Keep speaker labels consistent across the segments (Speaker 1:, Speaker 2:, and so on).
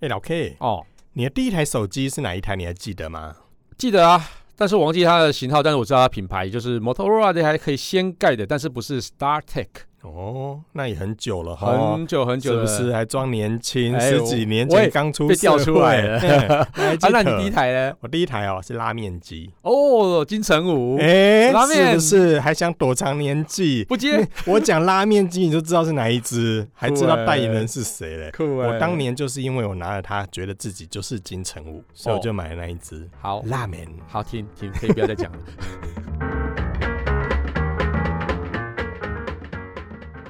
Speaker 1: 哎、老 K，
Speaker 2: 哦，
Speaker 1: 你的第一台手机是哪一台？你还记得吗？
Speaker 2: 记得啊，但是我忘记它的型号，但是我知道它品牌就是 Motorola 的，还可以掀盖的，但是不是 StarTech，
Speaker 1: 哦，那也很久了哈，
Speaker 2: 很久很久
Speaker 1: 哦是
Speaker 2: 了
Speaker 1: 不是还装年轻？
Speaker 2: 哎
Speaker 1: 十
Speaker 2: 我
Speaker 1: 几年
Speaker 2: 我
Speaker 1: 前
Speaker 2: 也
Speaker 1: 刚出
Speaker 2: 被调
Speaker 1: 社
Speaker 2: 出来
Speaker 1: 会
Speaker 2: 了
Speaker 1: 嘿 你还记
Speaker 2: 啊，那你
Speaker 1: 得
Speaker 2: 第一台呢？
Speaker 1: 我第一台哦是拉面机，
Speaker 2: 哦，金城武、
Speaker 1: 哎、
Speaker 2: 拉
Speaker 1: 是不
Speaker 2: 面
Speaker 1: 是还想躲藏年纪？
Speaker 2: 不接，
Speaker 1: 我讲拉面机你就知道是哪一只，还知道代言人是谁嘞。
Speaker 2: 酷欸
Speaker 1: 我当年就是因为我拿了它，觉得自己就是金城武，所
Speaker 2: 哦
Speaker 1: 以我就买了那一只
Speaker 2: 好
Speaker 1: 拉面。
Speaker 2: 好停停，可以不要再讲了。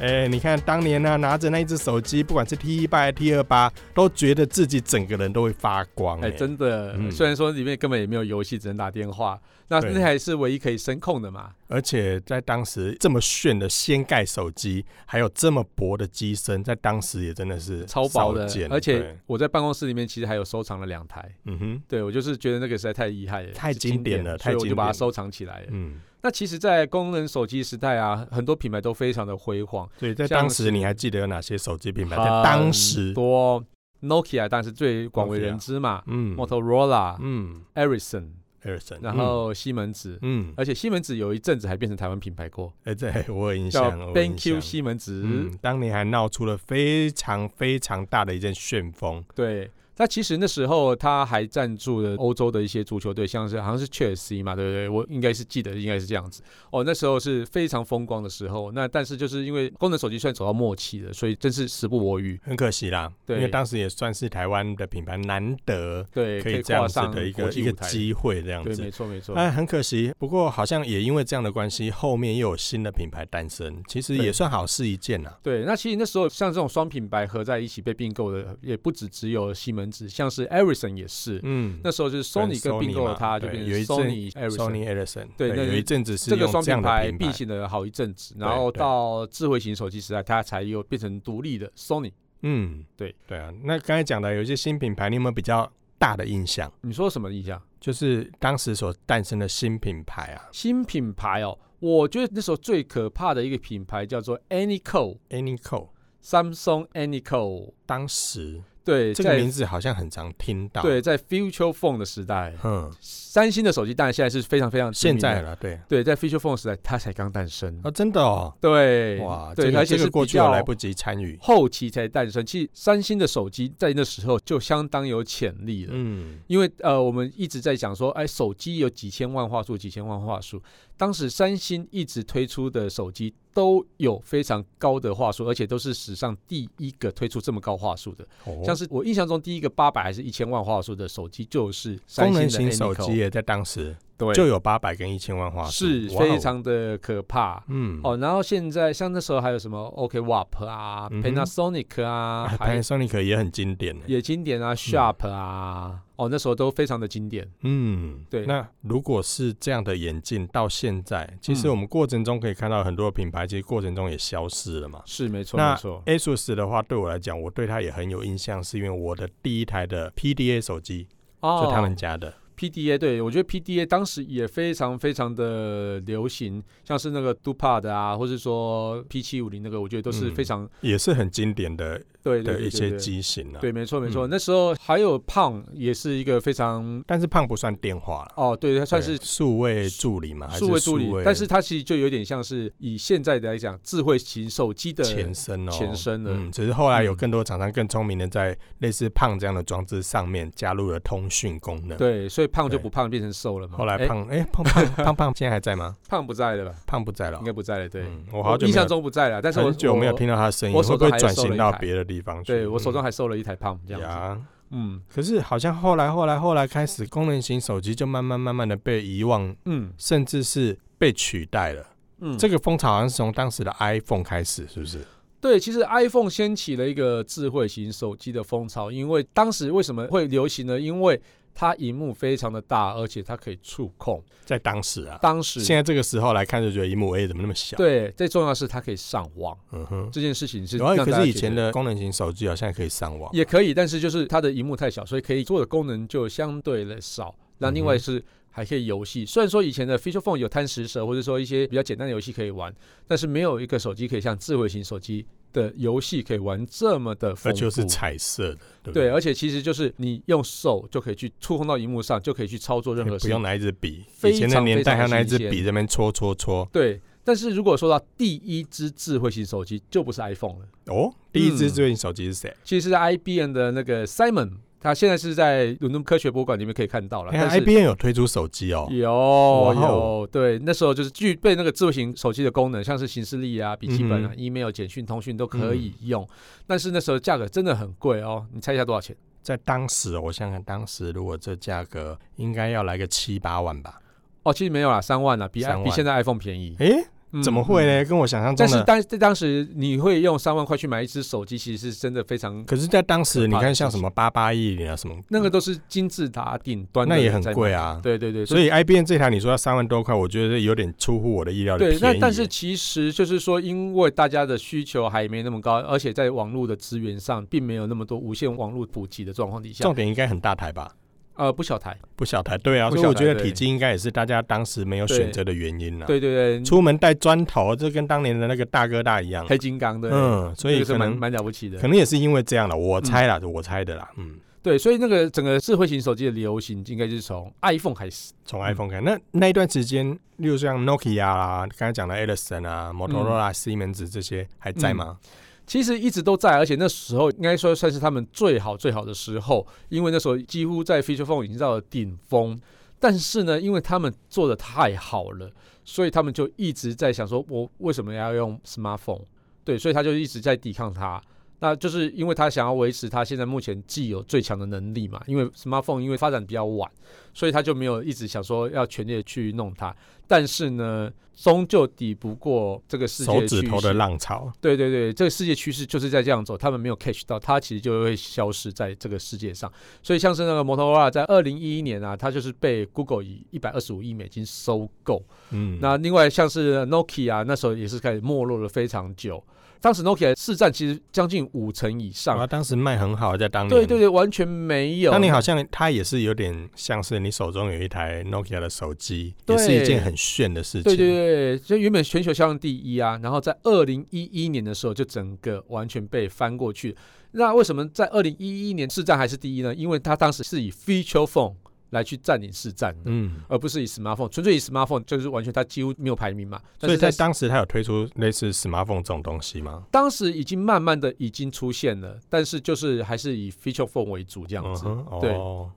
Speaker 1: 哎、你看当年呢、拿着那一只手机，不管是 T 一八、T 二八，都觉得自己整个人都会发光、
Speaker 2: 哎、
Speaker 1: 哎、
Speaker 2: 真的，
Speaker 1: 嗯
Speaker 2: 虽然说里面根本也没有游戏，只能打电话，那
Speaker 1: 对
Speaker 2: 那还是唯一可以声控的嘛。
Speaker 1: 而且在当时这么炫的掀盖手机，还有这么薄的机身，在当时也真的是
Speaker 2: 超薄的
Speaker 1: 少见，
Speaker 2: 而
Speaker 1: 对
Speaker 2: 且我在办公室里面其实还有收藏了两台。
Speaker 1: 嗯哼，
Speaker 2: 对我就是觉得那个实在太厉害了，
Speaker 1: 太
Speaker 2: 是
Speaker 1: 经典了太
Speaker 2: 所以我
Speaker 1: 经
Speaker 2: 就把
Speaker 1: 典了
Speaker 2: 它收藏起来了。
Speaker 1: 嗯，
Speaker 2: 那其实，在功能手机时代啊，很多品牌都非常的辉煌，
Speaker 1: 所以在
Speaker 2: 像
Speaker 1: 当时
Speaker 2: 是
Speaker 1: 你还记得有哪些手机品牌？在当时
Speaker 2: 很，多 Nokia 当然是最广为人知嘛
Speaker 1: 嗯
Speaker 2: ，Motorola、
Speaker 1: 嗯
Speaker 2: Ericsson，
Speaker 1: ，Ericsson，
Speaker 2: 然后西门子，
Speaker 1: 嗯，嗯
Speaker 2: 而且西门子有一阵子还变成台湾品牌过，
Speaker 1: 哎，这我有印
Speaker 2: 叫
Speaker 1: 象，我有印
Speaker 2: BenQ
Speaker 1: 象。
Speaker 2: 西门子。
Speaker 1: 嗯，当年还闹出了非常非常大的一阵旋风，
Speaker 2: 对，那其实那时候他还赞助了欧洲的一些足球队，像是好像是切尔西嘛，对不对？我应该是记得应该是这样子。哦，那时候是非常风光的时候。那但是就是因为功能手机算走到末期了，所以真是时不我与。
Speaker 1: 很可惜啦，
Speaker 2: 对
Speaker 1: 因为当时也算是台湾的品牌难得
Speaker 2: 对，
Speaker 1: 可
Speaker 2: 可
Speaker 1: 以这
Speaker 2: 跨
Speaker 1: 样子
Speaker 2: 上
Speaker 1: 的一
Speaker 2: 国
Speaker 1: 个
Speaker 2: 际
Speaker 1: 一个
Speaker 2: 舞台。
Speaker 1: 机会，这样
Speaker 2: 对，
Speaker 1: 子
Speaker 2: 没。错没错。
Speaker 1: 哎，很可惜，不过好像也因为这样的关系，后面又有新的品牌诞生，其实
Speaker 2: 对
Speaker 1: 也算好事一件啊啦。
Speaker 2: 对，那其实那时候像这种双品牌合在一起被并购的，也不止只有西门子，像是 Ericsson 也是。
Speaker 1: 嗯，
Speaker 2: 那时候就是 Sony 跟并购了它，就变
Speaker 1: 有
Speaker 2: 成
Speaker 1: 一阵
Speaker 2: Sony Ericsson。
Speaker 1: Sony Ericsson，
Speaker 2: 对那
Speaker 1: 有一
Speaker 2: 是
Speaker 1: 阵子是
Speaker 2: 这个
Speaker 1: 用
Speaker 2: 双
Speaker 1: 这样
Speaker 2: 品
Speaker 1: 的
Speaker 2: 牌
Speaker 1: 品牌
Speaker 2: 并行了好一阵子，
Speaker 1: 对
Speaker 2: 然后
Speaker 1: 对
Speaker 2: 到智慧型手机时代，它才又变成独立的 Sony。
Speaker 1: 嗯，
Speaker 2: 对
Speaker 1: 对啊。那刚才讲的有一些新品牌，你有没有比较大的印象？
Speaker 2: 你说什么印象？
Speaker 1: 就是当时所诞生的新品牌啊
Speaker 2: 新品牌哦，我觉得那时候最可怕的一个品牌叫做 Anyco
Speaker 1: ，Anyco。
Speaker 2: Samsung Anyco，
Speaker 1: 当时
Speaker 2: 对，
Speaker 1: 这个名
Speaker 2: 在
Speaker 1: 字好像很常听到，，
Speaker 2: 对在 Future Phone 的时代，
Speaker 1: 嗯，
Speaker 2: 三星的手机当然现在是非常非常知
Speaker 1: 现
Speaker 2: 名的
Speaker 1: 在了，对，
Speaker 2: 对，在 Future Phone 时代它才刚诞生，
Speaker 1: 哦，真的哦，
Speaker 2: 对，
Speaker 1: 哇，
Speaker 2: 对，
Speaker 1: 这个
Speaker 2: 而且
Speaker 1: 这
Speaker 2: 是
Speaker 1: 个过
Speaker 2: 比
Speaker 1: 去我来
Speaker 2: 较
Speaker 1: 不及参与，
Speaker 2: 后期才诞生。其实三星的手机在那时候就相当有潜力了。
Speaker 1: 嗯，
Speaker 2: 因为呃，我们一直在讲说，哎，手机有几千万画素，几千万画素。当时三星一直推出的手机都有非常高的画素，而且都是史上第一个推出这么高画素的。
Speaker 1: 哦
Speaker 2: 像是我印象中第一个八百还是一千万画素的手机就是三
Speaker 1: 功
Speaker 2: 星
Speaker 1: 能
Speaker 2: 的
Speaker 1: 型
Speaker 2: Anyco，
Speaker 1: 手机也在当时
Speaker 2: 对，
Speaker 1: 就有八百跟一千万画素，
Speaker 2: 是
Speaker 1: 哇哦
Speaker 2: 非，常的可怕。
Speaker 1: 嗯，
Speaker 2: 哦，然后现在像那时候还有什么 OK WAP 啊、
Speaker 1: 嗯哼
Speaker 2: Panasonic 啊，还有
Speaker 1: Panasonic 嗯也很经典呢，
Speaker 2: 也经典啊、Sharp 啊，哦，那时候都非常的经典。
Speaker 1: 嗯，
Speaker 2: 对
Speaker 1: 那如果是这样的眼镜，到现在，其实
Speaker 2: 嗯
Speaker 1: 我们过程中可以看到很多品牌，其实过程中也消失了嘛。
Speaker 2: 是没错，
Speaker 1: 那
Speaker 2: 没错。
Speaker 1: ASUS 的话，对我来讲，我对它也很有印象，是因为我的第一台的 PDA 手机，
Speaker 2: 哦，
Speaker 1: 就他们家的，
Speaker 2: PDA，对我觉得 PDA 当时也非常非常的流行，像是那个 Dupad 啊，或是说 P 七五零那个，我觉得都是
Speaker 1: 嗯
Speaker 2: 非常、
Speaker 1: 也是很经典的
Speaker 2: 对对
Speaker 1: 的
Speaker 2: 对
Speaker 1: 一些
Speaker 2: 对
Speaker 1: 机型了、啊。
Speaker 2: 对，没错没错。
Speaker 1: 嗯
Speaker 2: 那时候还有胖也是一个非常
Speaker 1: 但是胖不算电话了，
Speaker 2: 哦，对，它算是
Speaker 1: 对数位助理嘛，还是
Speaker 2: 数位助理
Speaker 1: 数，
Speaker 2: 但是它其实就有点像是以现在的来讲，智慧型手机的
Speaker 1: 前身哦，
Speaker 2: 前身了
Speaker 1: 嗯，只是后来有
Speaker 2: 嗯
Speaker 1: 更多厂商更聪明的在类似胖这样的装置上面加入了通讯功能。
Speaker 2: 对，所以胖就
Speaker 1: 对
Speaker 2: 不胖，变成瘦了嘛。
Speaker 1: 后来
Speaker 2: 哎
Speaker 1: 胖，哎、胖 胖胖胖，现在还在吗？
Speaker 2: 胖不在了吧？
Speaker 1: 胖不在了
Speaker 2: 应，该不在了，对。
Speaker 1: 嗯，我好久
Speaker 2: 印
Speaker 1: 没有
Speaker 2: 象中不在了，但是我
Speaker 1: 很久没有
Speaker 2: 我
Speaker 1: 听到他的声音，
Speaker 2: 我
Speaker 1: 会
Speaker 2: 手
Speaker 1: 不
Speaker 2: 中
Speaker 1: 会
Speaker 2: 还
Speaker 1: 转
Speaker 2: 收
Speaker 1: 型
Speaker 2: 了一
Speaker 1: 到
Speaker 2: 台
Speaker 1: 别的地方去？
Speaker 2: 对我手中
Speaker 1: 嗯
Speaker 2: 还收了一台胖这样子，
Speaker 1: 呀。
Speaker 2: 嗯
Speaker 1: 可是好像后来后来后来开始，功能型手机就慢慢慢慢的被遗忘，
Speaker 2: 嗯
Speaker 1: 甚至是被取代了。
Speaker 2: 嗯，
Speaker 1: 这个风潮好像是从当时的 iPhone 开始，是不是？
Speaker 2: 对，其实 iPhone 掀起了一个智慧型手机的风潮，因为当时为什么会流行呢？因为它荧幕非常的大，而且它可以触控。
Speaker 1: 在当时啊，
Speaker 2: 当时
Speaker 1: 现在这个时候来看就觉得荧幕 A 怎么那么小？，
Speaker 2: 对，最重要的是它可以上网，
Speaker 1: 嗯哼。
Speaker 2: 这件事情是
Speaker 1: 然后
Speaker 2: 让
Speaker 1: 啊可
Speaker 2: 大家
Speaker 1: 是以
Speaker 2: 觉
Speaker 1: 前
Speaker 2: 得
Speaker 1: 的功能型手机好像可以上网，
Speaker 2: 也可以，但是就是它的荧幕太小，所以可以做的功能就相对的少。那另外
Speaker 1: 嗯哼
Speaker 2: 是还可以游戏，虽然说以前的 Feature Phone 有贪食蛇，或者说一些比较简单的游戏可以玩，但是没有一个手机可以像智慧型手机的游戏可以玩这么的丰
Speaker 1: 而
Speaker 2: 富。
Speaker 1: 且又是彩色的，对不
Speaker 2: 对，而且其实就是你用手就可以去触碰到荧幕上，就可以去操作任何事
Speaker 1: 哎不
Speaker 2: 情
Speaker 1: 用。拿一支笔，
Speaker 2: 非
Speaker 1: 以前的
Speaker 2: 常
Speaker 1: 年代还
Speaker 2: 非
Speaker 1: 要
Speaker 2: 常
Speaker 1: 拿一支
Speaker 2: 新鲜
Speaker 1: 笔在那边戳戳戳。
Speaker 2: 对，但是如果说到第一支智慧型手机，就不是 iPhone 了。
Speaker 1: 哦，第一支
Speaker 2: 嗯
Speaker 1: 智慧型手机是谁？
Speaker 2: 其实是 IBM 的那个 Simon，他现在是在伦敦科学博物馆里面可以看到了。
Speaker 1: 哎呀
Speaker 2: 但是
Speaker 1: ，IBM 有推出手机哦，
Speaker 2: 有
Speaker 1: 哦
Speaker 2: 有，对，那时候就是具备那个智慧型手机的功能，像是行事历啊、笔记本
Speaker 1: 嗯
Speaker 2: 啊、email、简讯、通讯都可以用。但是那时候价格真的很贵哦，你猜一下多少钱？
Speaker 1: 在当时哦，我想想，当时如果这价格应该要来个七八万吧？
Speaker 2: 哦，其实没有啦，三万啦，比
Speaker 1: 3万
Speaker 2: 比现在 iPhone 便宜。
Speaker 1: 诶，
Speaker 2: 嗯
Speaker 1: 怎么会
Speaker 2: 嗯
Speaker 1: 呢？跟我想象中
Speaker 2: 但是
Speaker 1: 的，
Speaker 2: 当在当时你会用三万块去买一只手机，其实是真的非常，
Speaker 1: 可是，在当时你
Speaker 2: 可怕的
Speaker 1: 看
Speaker 2: 事
Speaker 1: 像什
Speaker 2: 情
Speaker 1: 么八八一零啊什么，
Speaker 2: 那个都是金字塔顶端的，
Speaker 1: 那也很。贵啊。
Speaker 2: 对对对，
Speaker 1: 所以 IBM 这台你说要三万多块，我觉得有点出乎我的意料的
Speaker 2: 对，
Speaker 1: 便
Speaker 2: 那
Speaker 1: 宜
Speaker 2: 但是其实就是说，因为大家的需求还没那么高，而且在网络的资源上并没有那么多无线网络普及的状况底下
Speaker 1: 重，点应该很大台吧？
Speaker 2: 呃，不小台，
Speaker 1: 不小台，对啊，
Speaker 2: 不
Speaker 1: 所以我
Speaker 2: 小台
Speaker 1: 觉得
Speaker 2: 对
Speaker 1: 体积应该也是大家当时没有
Speaker 2: 对
Speaker 1: 选择的原因啦。，啊
Speaker 2: 对对对，
Speaker 1: 出门带砖头，这跟当年的那个大哥大一样。
Speaker 2: 黑金刚的，
Speaker 1: 嗯，所
Speaker 2: 这
Speaker 1: 以
Speaker 2: 个是
Speaker 1: 可
Speaker 2: 蛮
Speaker 1: 能
Speaker 2: 蛮了不起
Speaker 1: 可
Speaker 2: 的。
Speaker 1: 能也是因为这样了，我猜啦，我猜的啦，嗯。
Speaker 2: 对，所以那个整个智慧型手机的流行，应该就是从 iPhone 开始。
Speaker 1: 从
Speaker 2: 嗯
Speaker 1: iPhone 开始，那那一段时间，例如像 Nokia 啦，刚才讲的 Edison 啊、Motorola、Siemens
Speaker 2: 嗯
Speaker 1: 这些还在吗？
Speaker 2: 其实一直都在，而且那时候应该说算是他们最好最好的时候，因为那时候几乎在 Feature Phone 已经到了顶峰。但是呢，因为他们做的太好了，所以他们就一直在想说，我为什么要用 smartphone？对，所以他就一直在抵抗它。那就是因为他想要维持他现在目前既有最强的能力嘛，因为 smartphone 因为发展比较晚，所以他就没有一直想说要全力地去弄它。但是呢，终究抵不过这个世界
Speaker 1: 手指头
Speaker 2: 趋势
Speaker 1: 的浪潮，
Speaker 2: 对对对，这个世界趋势就是在这样走，他们没有 catch 到，它其实就会消失在这个世界上。所以像是那个摩托罗拉在二零一一年啊，它就是被 Google 以一百二十五亿美金收购。
Speaker 1: 嗯，
Speaker 2: 那另外像是 Nokia 啊那时候也是开始没落了非常久，当时 Nokia 市占其实将近五成以上
Speaker 1: 啊，。当时卖很好，在当年，
Speaker 2: 对对，对，完全没有。
Speaker 1: 当年好像它也是有点像是你手中有一台 Nokia 的手机，也
Speaker 2: 对
Speaker 1: 是一件很炫的事情，
Speaker 2: 对对对，所以原本全球销量第一啊，然后在二零一一年的时候就整个完全被翻过去。那为什么在二零一一年市占还是第一呢？因为它当时是以 feature phone 来去占领市占的。
Speaker 1: 嗯，
Speaker 2: 而不是以 smartphone，纯粹以 smartphone 就是完全它几乎没有排名嘛。但
Speaker 1: 所以
Speaker 2: 是
Speaker 1: 在
Speaker 2: 在
Speaker 1: 当时它有推出类似 smartphone 这种东西吗？
Speaker 2: 当时已经慢慢的已经出现了，但是就是还是以 feature phone 为主这样
Speaker 1: 嗯
Speaker 2: 子。
Speaker 1: 哼，
Speaker 2: 对
Speaker 1: 哦，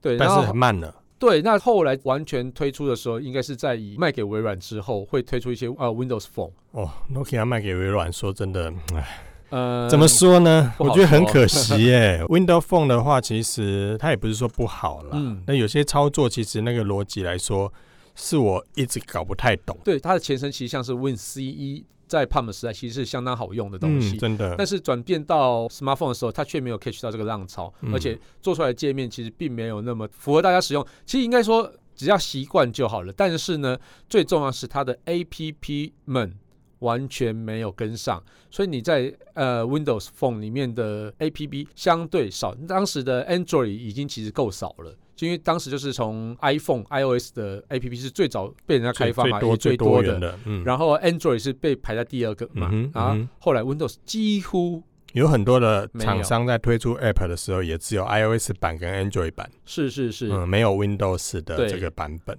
Speaker 2: 对，
Speaker 1: 但
Speaker 2: 然后
Speaker 1: 是很慢了，
Speaker 2: 对，那后来完全推出的时候，应该是在以卖给微软之后，会推出一些呃 Windows Phone。
Speaker 1: 哦，Nokia 卖给微软，说真的，唉
Speaker 2: 呃，
Speaker 1: 怎么说呢？
Speaker 2: 不
Speaker 1: 我
Speaker 2: 好
Speaker 1: 觉得很
Speaker 2: 说
Speaker 1: 可惜耶、Windows Phone 的话，其实它也不是说不好啦。
Speaker 2: 嗯
Speaker 1: 那有些操作其实那个逻辑来说，是我一直搞不太懂。
Speaker 2: 对，它的前身其实像是 Win C 一，在 Palm 时代其实是相当好用的东西。
Speaker 1: 嗯，真的
Speaker 2: 但。是转变到 smartphone 的时候，它却没有 catch 到这个浪潮，
Speaker 1: 嗯
Speaker 2: 而且做出来的界面其实并没有那么符合大家使用。其实应该说，只要习惯就好了。但是呢，最重要的是它的 APP 们完全没有跟上，所以你在呃 Windows Phone 里面的 APP 相对少，当时的 Android 已经其实够少了。就因为当时就是从 iPhone、iOS 的 APP 是最早被人家
Speaker 1: 最
Speaker 2: 开发嘛，
Speaker 1: 最多
Speaker 2: 也
Speaker 1: 最
Speaker 2: 最多的
Speaker 1: 元，的，嗯，
Speaker 2: 然后啊 Android 是被排在第二个嘛，
Speaker 1: 嗯哼
Speaker 2: 然后
Speaker 1: 嗯哼
Speaker 2: 后来 Windows 几乎
Speaker 1: 有很多的
Speaker 2: 没
Speaker 1: 厂
Speaker 2: 有
Speaker 1: 商在推出 App 的时候，也只有 iOS 版跟 Android 版，
Speaker 2: 是是是，
Speaker 1: 嗯，没有 Windows 的
Speaker 2: 对
Speaker 1: 这个版本。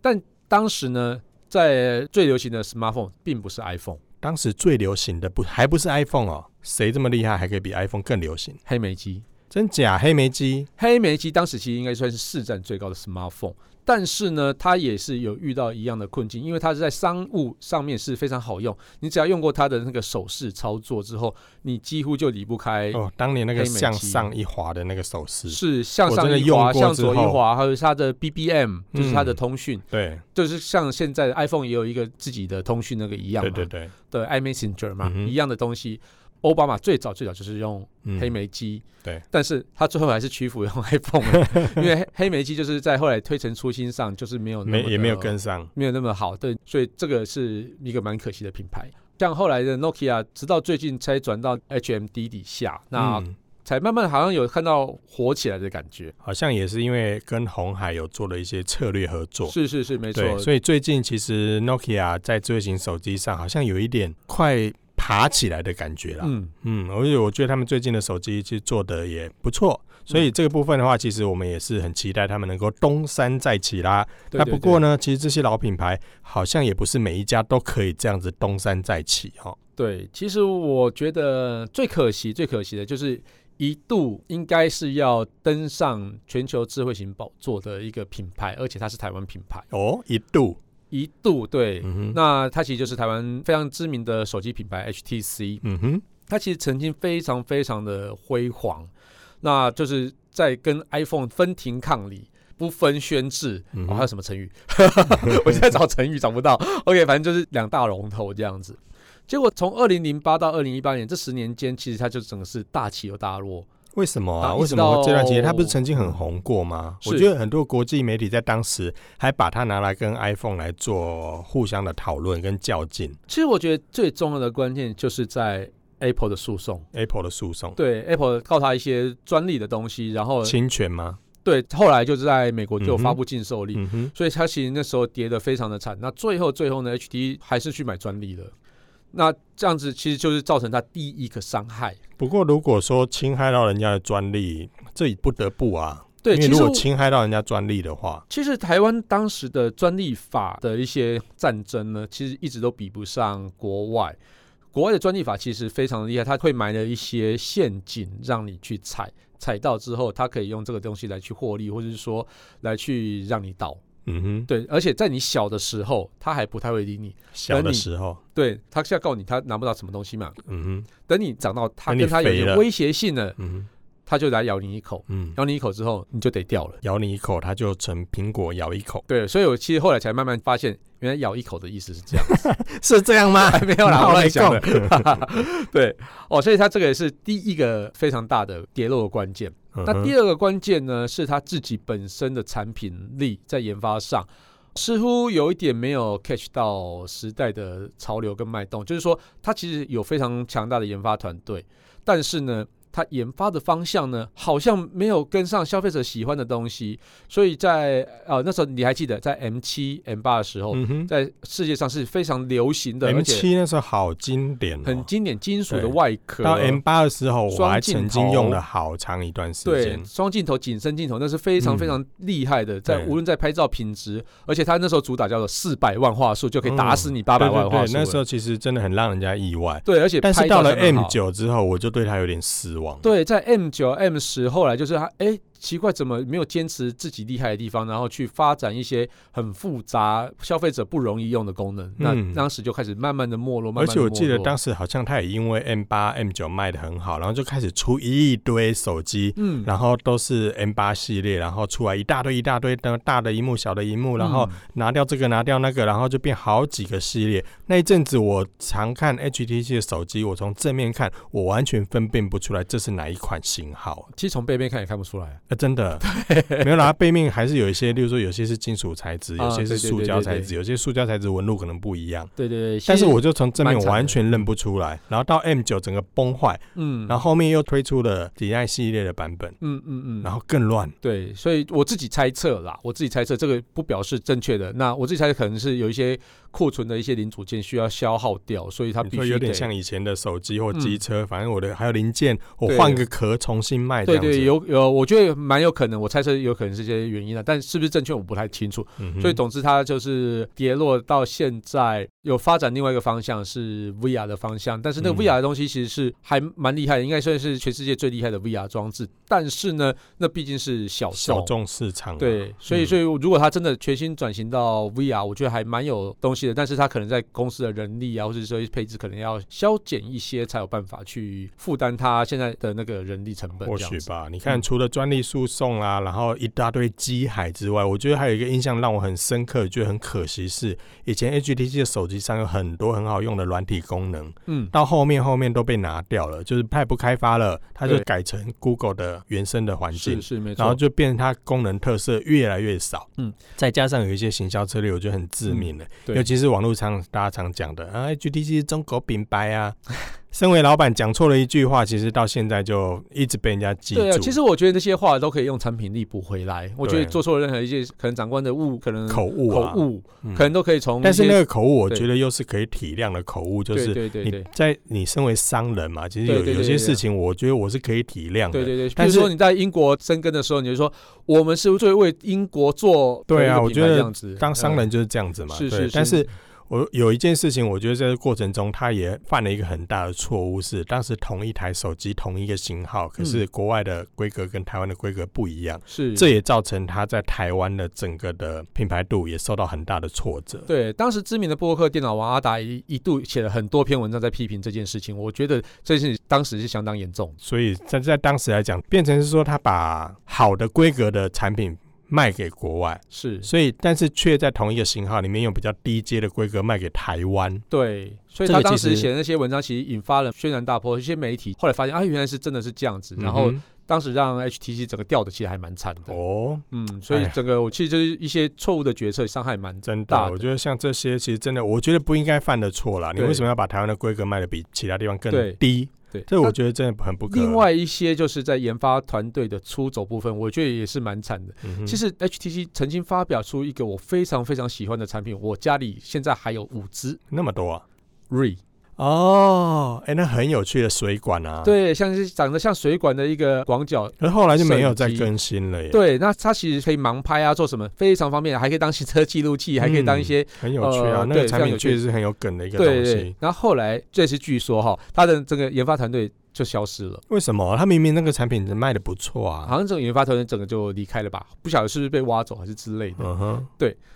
Speaker 2: 但当时呢，在最流行的 smartphone 并不是 iPhone，
Speaker 1: 当时最流行的不还不是 iPhone 哦，谁这么厉害，还可以比 iPhone 更流行？
Speaker 2: 黑莓机，
Speaker 1: 真假黑莓机？
Speaker 2: 黑莓机当时其实应该算是市占最高的 smartphone，但是呢，它也是有遇到一样的困境，因为它是在商务上面是非常好用，你只要用过它的那个手势操作之后，你几乎就离不开。
Speaker 1: 哦，当年那个
Speaker 2: 黑莓机
Speaker 1: 向上一滑的那个手势，
Speaker 2: 是向
Speaker 1: 我
Speaker 2: 上
Speaker 1: 真的
Speaker 2: 一
Speaker 1: 用
Speaker 2: 滑，
Speaker 1: 过
Speaker 2: 向
Speaker 1: 之
Speaker 2: 左一
Speaker 1: 后
Speaker 2: 滑，还有它的 BBM，就是它的
Speaker 1: 嗯
Speaker 2: 通讯，
Speaker 1: 对，
Speaker 2: 就是像现在的 iPhone 也有一个自己的通讯那个一样嘛，啊
Speaker 1: 对对对，
Speaker 2: 的 iMessenger 嘛，
Speaker 1: 嗯哼
Speaker 2: 一样的东西。奥巴马最早最早就是用
Speaker 1: 嗯
Speaker 2: 黑莓机、
Speaker 1: 对，
Speaker 2: 但是他最后还是屈服用 iPhone，了因为黑黑莓机就是在后来推陈出新上就是没有那
Speaker 1: 没
Speaker 2: 么
Speaker 1: 也没有
Speaker 2: 的
Speaker 1: 跟上，
Speaker 2: 没有那么好，对，所以这个是一个蛮可惜的品牌。像后来的 Nokia，直到最近才转到 HMD 底下，那
Speaker 1: 嗯
Speaker 2: 才慢慢好像有看到火起来的感觉。
Speaker 1: 好像也是因为跟红海有做了一些策略合作。
Speaker 2: 是是是，没错
Speaker 1: 对，，所以最近其实 Nokia 在智慧型手机上好像有一点快爬起来的感觉啦。
Speaker 2: 嗯，
Speaker 1: 嗯，而且我觉得他们最近的手机其实做的也不错，所
Speaker 2: 嗯
Speaker 1: 以这个部分的话，其实我们也是很期待他们能够东山再起啦。
Speaker 2: 对
Speaker 1: 那
Speaker 2: 对
Speaker 1: 不过呢，其实这些老品牌好像也不是每一家都可以这样子东山再起哦。
Speaker 2: 对，对其实我觉得最可惜、最可惜的就是一度应该是要登上全球智慧型宝座的一个品牌，而且它是台湾品牌，
Speaker 1: 哦，一度，
Speaker 2: 一度对。
Speaker 1: 嗯哼，
Speaker 2: 那它其实就是台湾非常知名的手机品牌 HTC，
Speaker 1: 嗯哼，
Speaker 2: 它其实曾经非常非常的辉煌，那就是在跟 iPhone 分庭抗礼。不分轩制，
Speaker 1: 嗯
Speaker 2: 哦，还有什么成语？ 我现在找成语找不到。OK，反正就是两大龙头这样子。结果从二零零八到二零一八年这十年间，其实它就整个是大起又大落。
Speaker 1: 为什么啊？
Speaker 2: 啊一直
Speaker 1: 为什么会这段期间
Speaker 2: 到
Speaker 1: 它不是曾经很红过吗？
Speaker 2: 是
Speaker 1: 我觉得很多国际媒体在当时还把它拿来跟 iPhone 来做互相的讨论跟较劲
Speaker 2: 其实我觉得最重要的关键就是在 Apple 的诉讼，
Speaker 1: ，Apple 的诉讼
Speaker 2: 对 Apple 告它一些专利的东西，然后
Speaker 1: 侵权吗？
Speaker 2: 对后来就是在美国就
Speaker 1: 嗯
Speaker 2: 发
Speaker 1: 哼
Speaker 2: 布禁售令，
Speaker 1: 嗯哼，
Speaker 2: 所以它其实那时候跌得非常的惨。那最后最后呢，HD 还是去买专利了。那这样子其实就是造成它第一个伤害。
Speaker 1: 不过如果说侵害到人家的专利，这也不得不啊。
Speaker 2: 对，
Speaker 1: 因为
Speaker 2: 其
Speaker 1: 如
Speaker 2: 实
Speaker 1: 果
Speaker 2: 我
Speaker 1: 侵害到人家专利的话，
Speaker 2: 其实台湾当时的专利法的一些战争呢，其实一直都比不上国外。国外的专利法其实非常厉害，它会埋了一些陷阱让你去踩，踩到之后，它可以用这个东西来去获利，或者是说来去让你倒。
Speaker 1: 嗯哼，
Speaker 2: 对，而且在你小的时候，它还不太会理你。
Speaker 1: 小
Speaker 2: 等
Speaker 1: 的
Speaker 2: 你
Speaker 1: 时候，
Speaker 2: 对，它是要告你，它拿不到什么东西嘛。
Speaker 1: 嗯哼，
Speaker 2: 等你长到它
Speaker 1: 等你
Speaker 2: 跟它有
Speaker 1: 肥
Speaker 2: 点
Speaker 1: 了
Speaker 2: 威胁性了，
Speaker 1: 嗯哼，
Speaker 2: 它就来咬你一口，
Speaker 1: 嗯，
Speaker 2: 咬你一口之后你就得掉了。
Speaker 1: 咬你一口，它就成苹果咬一口，
Speaker 2: 对，所以我其实后来才慢慢发现，原来咬一口的意思是这样，
Speaker 1: 是这样吗？
Speaker 2: 没有啦，
Speaker 1: 好
Speaker 2: 我 乱
Speaker 1: 没
Speaker 2: 想的。 对，哦，所以它这个也是第一个非常大的跌落的关键。
Speaker 1: 嗯
Speaker 2: 那第
Speaker 1: 二，
Speaker 2: 二个关键呢，是它自己本身的产品力在研发上。似乎有一点没有 catch 到时代的潮流跟脉动，就是说它其实有非常强大的研发团队，但是呢，它研发的方向呢，好像没有跟上消费者喜欢的东西，所以在呃那时候你还记得在 M 七 M 八的时候，
Speaker 1: 嗯哼
Speaker 2: 在世界上是非常流行的，
Speaker 1: ，M
Speaker 2: 而且
Speaker 1: 七那时候好经典哦，
Speaker 2: 很经典金属的
Speaker 1: 对
Speaker 2: 外壳，
Speaker 1: 到 M 八的时候，我还
Speaker 2: 双镜
Speaker 1: 曾经用
Speaker 2: 头
Speaker 1: 了好长一段时
Speaker 2: 对
Speaker 1: 间，。
Speaker 2: 双镜头、紧身镜头，那是非常
Speaker 1: 嗯
Speaker 2: 非常厉害的，在
Speaker 1: 对
Speaker 2: 无论在拍照品质，而且它那时候主打叫做四百万画素，就可以打死你八百
Speaker 1: 嗯对
Speaker 2: 万
Speaker 1: 对
Speaker 2: 画
Speaker 1: 对，
Speaker 2: 素了。
Speaker 1: 那时候其实真的很让人家意外。
Speaker 2: 对，而且
Speaker 1: 但是
Speaker 2: 拍
Speaker 1: 到
Speaker 2: 照
Speaker 1: 了
Speaker 2: 相当
Speaker 1: M
Speaker 2: 好，
Speaker 1: 九之后，我就对它有点失望。
Speaker 2: 对，在 M 九、M 十，后来就是它，哎，奇怪，怎么没有坚持自己厉害的地方，然后去发展一些很复杂、消费者不容易用的功能？
Speaker 1: 嗯
Speaker 2: 那当时就开始慢慢的没落，慢
Speaker 1: 而
Speaker 2: 慢地
Speaker 1: 且我记得
Speaker 2: 没落
Speaker 1: 当时好像它也因为 M 八、M 九卖的很好，然后就开始出一堆手机，
Speaker 2: 嗯，
Speaker 1: 然后都是 M 八系列，然后出来一大堆一大堆的大的荧幕、小的荧幕，然后
Speaker 2: 嗯
Speaker 1: 拿掉这个拿掉那个，然后就变好几个系列。那一阵子我常看 HTC 的手机，我从正面看，我完全分辨不出来这是哪一款型号。
Speaker 2: 其实从背面看也看不出来啊。
Speaker 1: 呃，真的没有啦，它背面还是有一些，例如说有些是金属材质，
Speaker 2: 啊
Speaker 1: 有些是
Speaker 2: 对对
Speaker 1: 塑
Speaker 2: 对
Speaker 1: 胶
Speaker 2: 对
Speaker 1: 材
Speaker 2: 对
Speaker 1: 质，有些塑胶材质纹路可能不一样。
Speaker 2: 对对对，
Speaker 1: 但
Speaker 2: 其
Speaker 1: 是
Speaker 2: 实
Speaker 1: 我就从正面
Speaker 2: 蛮长
Speaker 1: 完
Speaker 2: 的
Speaker 1: 全认不出来，然后到 M 九整个崩坏，
Speaker 2: 嗯，
Speaker 1: 然后后面又推出了迪爱系列的版本，
Speaker 2: 嗯嗯嗯，
Speaker 1: 然后更乱。
Speaker 2: 对，所以我自己猜测啦，我自己猜测这个不表示正确的。那我自己猜测可能是有一些库存的一些零组件需要消耗掉，所以它
Speaker 1: 你
Speaker 2: 啊必
Speaker 1: 说
Speaker 2: 须
Speaker 1: 有点
Speaker 2: 得
Speaker 1: 像以前的手机或
Speaker 2: 嗯
Speaker 1: 机车，反正我的还有零件，我
Speaker 2: 对
Speaker 1: 换个壳重新卖这
Speaker 2: 对
Speaker 1: 样子。
Speaker 2: 对，有有，我觉得蛮有可能，我猜测有可能是这些原因的，但是不是正确我不太清楚。
Speaker 1: 嗯哼
Speaker 2: 所以总之，它就是跌落到现在有发展另外一个方向是 VR 的方向，但是那个
Speaker 1: 嗯
Speaker 2: VR 的东西其实是还蛮厉害的，应该算是全世界最厉害的 VR 装置。但是呢，那毕竟是小
Speaker 1: 小
Speaker 2: 众。啊
Speaker 1: 众市场嘛
Speaker 2: 对，所以
Speaker 1: 嗯
Speaker 2: 所以如果他真的全新转型到 VR，我觉得还蛮有东系的，但是它可能在公司的人力啊，或者说配置可能要削减一些，才有办法去负担它现在的那个人力成本
Speaker 1: 或
Speaker 2: 这
Speaker 1: 许
Speaker 2: 样子。
Speaker 1: 吧，你看，除了专利诉讼啦，然后一大堆机海之外，我觉得还有一个印象让我很深刻，觉得很可惜是，以前 HTC 的手机上有很多很好用的软体功能，
Speaker 2: 嗯，
Speaker 1: 到后面后面都被拿掉了，就是它也不开发了，它就
Speaker 2: 对
Speaker 1: 改成 Google 的原生的环境
Speaker 2: 是。是没
Speaker 1: 然后
Speaker 2: 错。
Speaker 1: 就变成它功能特色越来越少，
Speaker 2: 嗯，
Speaker 1: 再加上有一些行销策略，我觉得很致命了，
Speaker 2: 对
Speaker 1: 尤其是网络上大家常讲的啊，HTC 是中国品牌啊， 身为老板讲错了一句话，其实到现在就一直被人家记住。
Speaker 2: 对啊，其实我觉得那些话都可以用产品力补回来。我觉得
Speaker 1: 对
Speaker 2: 做错任何一件，可能长官的误，可能
Speaker 1: 口误、啊，
Speaker 2: 口误，
Speaker 1: 嗯
Speaker 2: 可能都可以从一些。
Speaker 1: 但是那个口误，我
Speaker 2: 对
Speaker 1: 觉得又是可以体谅的口误，就
Speaker 2: 对
Speaker 1: 是
Speaker 2: 对对
Speaker 1: 你
Speaker 2: 对
Speaker 1: 在你身为商人嘛，其实有
Speaker 2: 对对对
Speaker 1: 有些
Speaker 2: 对
Speaker 1: 事情，我觉得我是可以体谅的。
Speaker 2: 对对对，比
Speaker 1: 但
Speaker 2: 如
Speaker 1: 是
Speaker 2: 说你在英国生根的时候，你就说我们是最为英国做
Speaker 1: 对啊
Speaker 2: 的一个
Speaker 1: 我
Speaker 2: 品
Speaker 1: 觉
Speaker 2: 牌
Speaker 1: 得
Speaker 2: 这样子
Speaker 1: 当商
Speaker 2: 嗯
Speaker 1: 人就是这样子嘛，
Speaker 2: 是
Speaker 1: 对
Speaker 2: 是，
Speaker 1: 但是我有一件事情，我觉得在这个过程中，他也犯了一个很大的错误，是当时同一台手机同一个型号，可是国外的规格跟台湾的规格不一样，
Speaker 2: 是
Speaker 1: 这也造成他在台湾的整个的品牌度也受到很大的挫折。
Speaker 2: 对，当时知名的播客电脑王阿达一一度写了很多篇文章在批评这件事情，我觉得这件事情当时是相当严重。
Speaker 1: 所以在在当时来讲，变成是说他把好的规格的产品卖给国外，
Speaker 2: 是，
Speaker 1: 所以但是却在同一个型号里面用比较低阶的规格卖给台湾。
Speaker 2: 对，所以
Speaker 1: 这
Speaker 2: 他
Speaker 1: 个
Speaker 2: 当
Speaker 1: 其
Speaker 2: 时
Speaker 1: 实
Speaker 2: 写的那些文章，其实引发了轩然大波，一些媒体后来发现啊，原来是真的是这样子，然后
Speaker 1: 嗯
Speaker 2: 当时让 HTC 整个掉的其实还蛮惨
Speaker 1: 哼
Speaker 2: 的。
Speaker 1: 哦，
Speaker 2: 嗯，所以
Speaker 1: 哎呀
Speaker 2: 整个我其实就是一些错误的决策，伤害蛮
Speaker 1: 真
Speaker 2: 大
Speaker 1: 的，
Speaker 2: 的
Speaker 1: 我觉得像这些，其实真的，我觉得不应该犯的错啦。你
Speaker 2: 对
Speaker 1: 为什么要把台湾的规格卖的比其他地方
Speaker 2: 对
Speaker 1: 更低？
Speaker 2: 对。
Speaker 1: 这
Speaker 2: 那
Speaker 1: 我觉得真的很不可。
Speaker 2: 另，外一些就是在研发团队的出走部分，我觉得也是蛮惨的。
Speaker 1: 嗯哼、
Speaker 2: 其实 HTC 曾经发表出一个我非常非常喜欢的产品，我家里现在还有五只
Speaker 1: 那么多啊、
Speaker 2: Re，
Speaker 1: 哦，哎，那很有趣的水管啊。。
Speaker 2: 对，像是长得像水管的一个广角。
Speaker 1: 可是后来就没有
Speaker 2: 摄
Speaker 1: 再
Speaker 2: 影机
Speaker 1: 更新了耶。，
Speaker 2: 对，那它其实可以盲拍啊，做什么非常方便，还可以当行车记录器，还可以当一些、
Speaker 1: 很有趣啊。
Speaker 2: 呃
Speaker 1: 那
Speaker 2: 对
Speaker 1: 个产
Speaker 2: 非常有
Speaker 1: 品
Speaker 2: 趣
Speaker 1: 确实是很有梗的一个东
Speaker 2: 对
Speaker 1: 西。
Speaker 2: 对。然后后来这是据说哈，它的这个研发团队就消失了，
Speaker 1: 为什么？他明明那个产品卖的不错啊。
Speaker 2: 好像这种研发团队整个就离开了吧，不晓得是不是被挖走还是之类的。
Speaker 1: 嗯哼，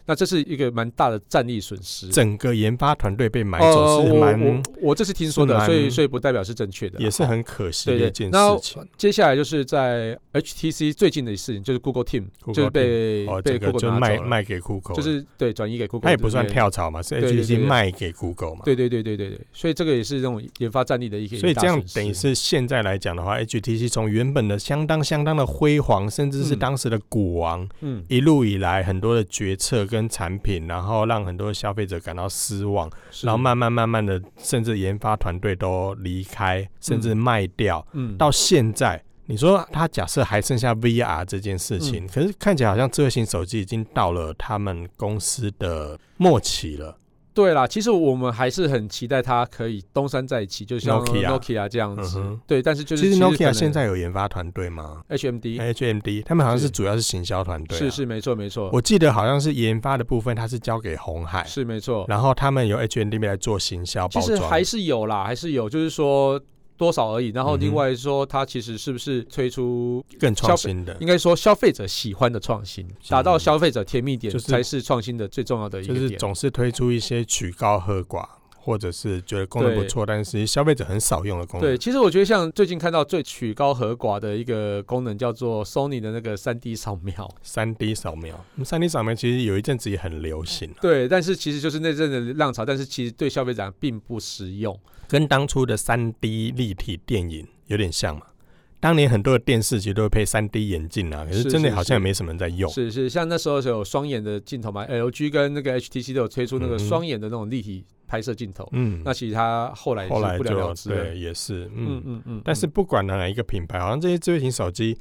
Speaker 2: 那这是一个蛮大的战力损失。
Speaker 1: 整个研发团队被买
Speaker 2: 呃，
Speaker 1: 走是
Speaker 2: 我
Speaker 1: 蛮、
Speaker 2: 我我这是听说
Speaker 1: 是
Speaker 2: 的，
Speaker 1: 蛮
Speaker 2: 所以所以不代表是正确的啦，
Speaker 1: 也是很可惜
Speaker 2: 对
Speaker 1: 的
Speaker 2: 对
Speaker 1: 一件
Speaker 2: 然后
Speaker 1: 事情。
Speaker 2: 接下来就是在 HTC 最近的事情，就是 Google Team，
Speaker 1: Google
Speaker 2: 就是被、
Speaker 1: 哦，这
Speaker 2: 被
Speaker 1: 个
Speaker 2: Google
Speaker 1: 就
Speaker 2: 拿走
Speaker 1: 卖
Speaker 2: 了
Speaker 1: 卖给酷狗了，
Speaker 2: 就是对转移给 Google，
Speaker 1: 他也不算
Speaker 2: 对。
Speaker 1: 跳槽嘛，是
Speaker 2: 对对
Speaker 1: HTC
Speaker 2: 对
Speaker 1: 卖给 Google 嘛。
Speaker 2: 对对对对对对，所以这个也是这种研发战力的一个，
Speaker 1: 所以这样
Speaker 2: 一大损失
Speaker 1: 等于是现在来讲的话，HTC 从原本的相当相当的辉煌，甚至是
Speaker 2: 嗯
Speaker 1: 当时的股王，
Speaker 2: 嗯，
Speaker 1: 一路以来很多的决策跟产品，然后让很多消费者感到失望，
Speaker 2: 是
Speaker 1: 然后慢慢慢慢的，甚至研发团队都离开，甚至卖掉，
Speaker 2: 嗯
Speaker 1: 到现在。你说他假设还剩下 VR 这件事情，
Speaker 2: 嗯
Speaker 1: 可是看起来好像智慧型手机已经到了他们公司的末期了。
Speaker 2: 对啦，其实我们还是很期待它可以东山再起，就像
Speaker 1: Nokia
Speaker 2: Nokia 这样子。
Speaker 1: 嗯哼
Speaker 2: 对，但是就是
Speaker 1: 其实
Speaker 2: 可
Speaker 1: Nokia
Speaker 2: 能
Speaker 1: 现在有研发团队吗
Speaker 2: HMD、
Speaker 1: ？HMD 他们好像是
Speaker 2: 是
Speaker 1: 主要是行销团队、啊，
Speaker 2: 是是没错没错，
Speaker 1: 我记得好像是研发的部分，它是交给红海，
Speaker 2: 是没错。
Speaker 1: 然后他们由 HNDB 来做行销
Speaker 2: 其
Speaker 1: 包
Speaker 2: 实
Speaker 1: 装。
Speaker 2: 还是有啦，还是有，就是说多少而已。然后
Speaker 1: 嗯哼
Speaker 2: 另外说，它其实是不是推出
Speaker 1: 更创新的，
Speaker 2: 应该说消费者喜欢的创新，达到消费者甜蜜点，
Speaker 1: 就是
Speaker 2: 才是创新的最重要的一
Speaker 1: 就
Speaker 2: 个
Speaker 1: 是
Speaker 2: 点。
Speaker 1: 总是推出一些曲高和寡，或者是觉得功能不
Speaker 2: 对
Speaker 1: 错，但是消费者很少用的功能。
Speaker 2: 对，其实我觉得像最近看到最曲高和寡的一个功能叫做 Sony 的那个3 D 扫 描，
Speaker 1: 三 D 扫描，三 D 扫描其实有一阵子也很流行、啊，
Speaker 2: 对，但是其实就是那阵的浪潮，但是其实对消费者并不实用。
Speaker 1: 跟当初的三 D 立体电影有点像嘛。当年很多的电视其实都会配三 D 眼镜啊，可是
Speaker 2: 是
Speaker 1: 真的
Speaker 2: 是
Speaker 1: 好像
Speaker 2: 是
Speaker 1: 也没什么人在用。
Speaker 2: 是是，像那时候是有双眼的镜头嘛，LG 跟那个 HTC 都有推出那个
Speaker 1: 嗯哼
Speaker 2: 双眼的那种立体拍摄镜头。
Speaker 1: 嗯
Speaker 2: 那其实它后来也
Speaker 1: 后
Speaker 2: 是
Speaker 1: 来
Speaker 2: 不了了
Speaker 1: 就
Speaker 2: 之了。
Speaker 1: 对，也是，
Speaker 2: 嗯
Speaker 1: 嗯
Speaker 2: 嗯嗯，
Speaker 1: 但是不管哪一个品牌，好像这些智慧型手机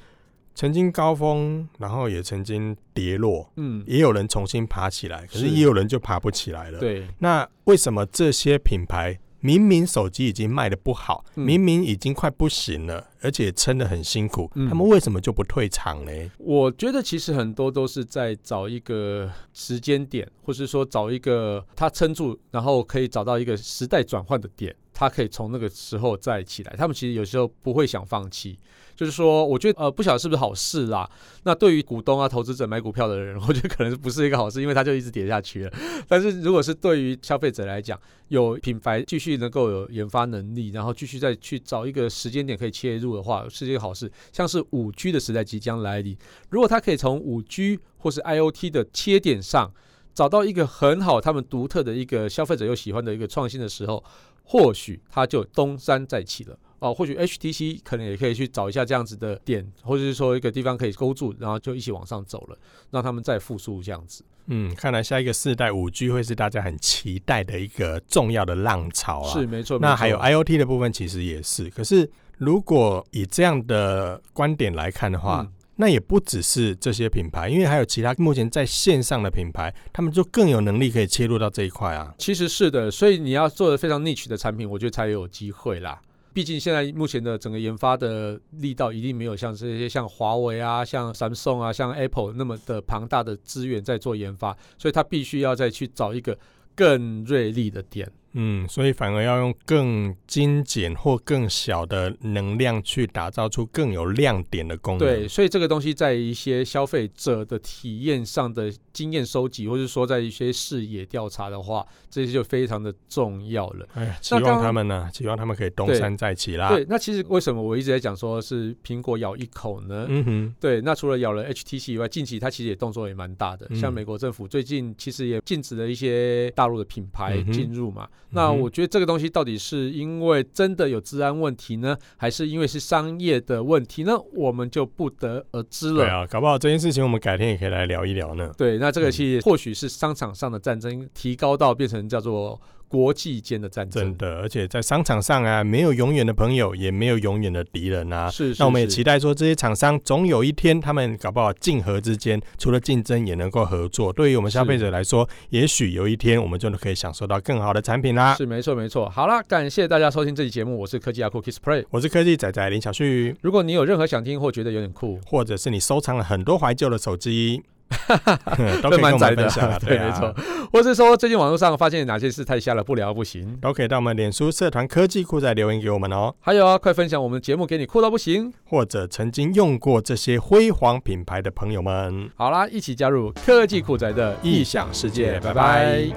Speaker 1: 曾经高峰，然后也曾经跌落，
Speaker 2: 嗯，嗯
Speaker 1: 也有人重新爬起来，可是
Speaker 2: 是
Speaker 1: 也有人就爬不起来了。，
Speaker 2: 对，
Speaker 1: 那为什么这些品牌明明手机已经卖的不好，
Speaker 2: 嗯
Speaker 1: 明明已经快不行了，而且撑得很辛苦，
Speaker 2: 嗯
Speaker 1: 他们为什么就不退场呢？
Speaker 2: 我觉得其实很多都是在找一个时间点，或是说找一个它撑住，然后可以找到一个时代转换的点。他可以从那个时候再起来。他们其实有时候不会想放弃，就是说，我觉得呃，不晓得是不是好事啦。那对于股东啊、投资者买股票的人，我觉得可能不是一个好事，因为它就一直跌下去了。但是如果是对于消费者来讲，有品牌继续能够有研发能力，然后继续再去找一个时间点可以切入的话，是一个好事。像是五 G 的时代即将来临，如果它可以从五 G 或是 IOT 的切点上找到一个很好、他们独特的一个消费者又喜欢的一个创新的时候，或许它就东山再起了。哦，或许 HTC 可能也可以去找一下这样子的点，或者是说一个地方可以勾住，然后就一起往上走了，让他们再复苏这样子。
Speaker 1: 嗯，看来下一个世代五 G 会是大家很期待的一个重要的浪潮啊。
Speaker 2: 是没错，
Speaker 1: 那
Speaker 2: 没
Speaker 1: 还有
Speaker 2: 错
Speaker 1: IOT 的部分其实也是，可是如果以这样的观点来看的话，
Speaker 2: 嗯
Speaker 1: 那也不只是这些品牌，因为还有其他目前在线上的品牌，他们就更有能力可以切入到这一块啊。
Speaker 2: 其实是的，所以你要做的非常 niche 的产品，我觉得才有机会啦。毕竟现在目前的整个研发的力道一定没有像这些像华为啊、像 Samsung 啊、像 Apple 那么的庞大的资源在做研发，所以它必须要再去找一个更锐利的点。
Speaker 1: 嗯，所以反而要用更精简或更小的能量去打造出更有亮点的功能。
Speaker 2: 对，，所以这个东西在一些消费者的体验上的经验收集，或者说在一些视野调查的话，这些就非常的重要了。
Speaker 1: 哎呀，期
Speaker 2: 那
Speaker 1: 望
Speaker 2: 刚
Speaker 1: 他们呢、期望他们可以东
Speaker 2: 对
Speaker 1: 山再起啦。
Speaker 2: 对，那其实为什么我一直在讲说是苹果咬一口呢？
Speaker 1: 嗯哼，
Speaker 2: 对，那除了咬了 HTC 以外，近期它其实也动作也蛮大的，
Speaker 1: 嗯
Speaker 2: 像美国政府最近其实也禁止了一些大陆的品牌
Speaker 1: 嗯哼
Speaker 2: 进入嘛。那我觉得这个东西到底是因为真的有治安问题呢，还是因为是商业的问题呢？我们就不得而知了。
Speaker 1: 对啊，搞不好这件事情我们改天也可以来聊一聊呢。
Speaker 2: 对，那这个
Speaker 1: 嗯
Speaker 2: 其实或许是商场上的战争提高到变成叫做国际间的战
Speaker 1: 真
Speaker 2: 争。
Speaker 1: 的，而且在商场上啊，没有永远的朋友，也没有永远的敌人啊。
Speaker 2: 是是
Speaker 1: 那我们也
Speaker 2: 是
Speaker 1: 期待说，这些厂商总有一天，他们搞不好竞合之间，除了竞争也能够合作。对于我们消费者来说，也许有一天我们就可以享受到更好的产品啦。
Speaker 2: 是没错没错。好啦，感谢大家收听这期节目，我是科技阿酷 Kiss Play。
Speaker 1: 我是科技仔仔林小旭，
Speaker 2: 如果你有任何想听或觉得有点酷，
Speaker 1: 或者是你收藏了很多怀旧的手 机，都可以
Speaker 2: 这
Speaker 1: 跟我
Speaker 2: 蛮
Speaker 1: 们
Speaker 2: 窄的
Speaker 1: 分享啊，
Speaker 2: 对
Speaker 1: 啊
Speaker 2: 没错。或是说最近网络上发现哪些事太瞎了，不聊不行。
Speaker 1: 都可以到我们脸书社团科技库再留言给我们哦，
Speaker 2: 还有啊，快分享我们节目给你酷到不行。
Speaker 1: 或者曾经用过这些辉煌品牌的朋友们，
Speaker 2: 好啦，一起加入科技酷宅的
Speaker 1: 异
Speaker 2: 异
Speaker 1: 想世
Speaker 2: 世
Speaker 1: 界，
Speaker 2: 界，
Speaker 1: 拜
Speaker 2: 拜
Speaker 1: 拜
Speaker 2: 拜。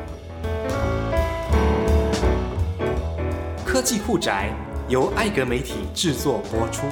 Speaker 3: 科技酷宅由艾格媒体制作播出。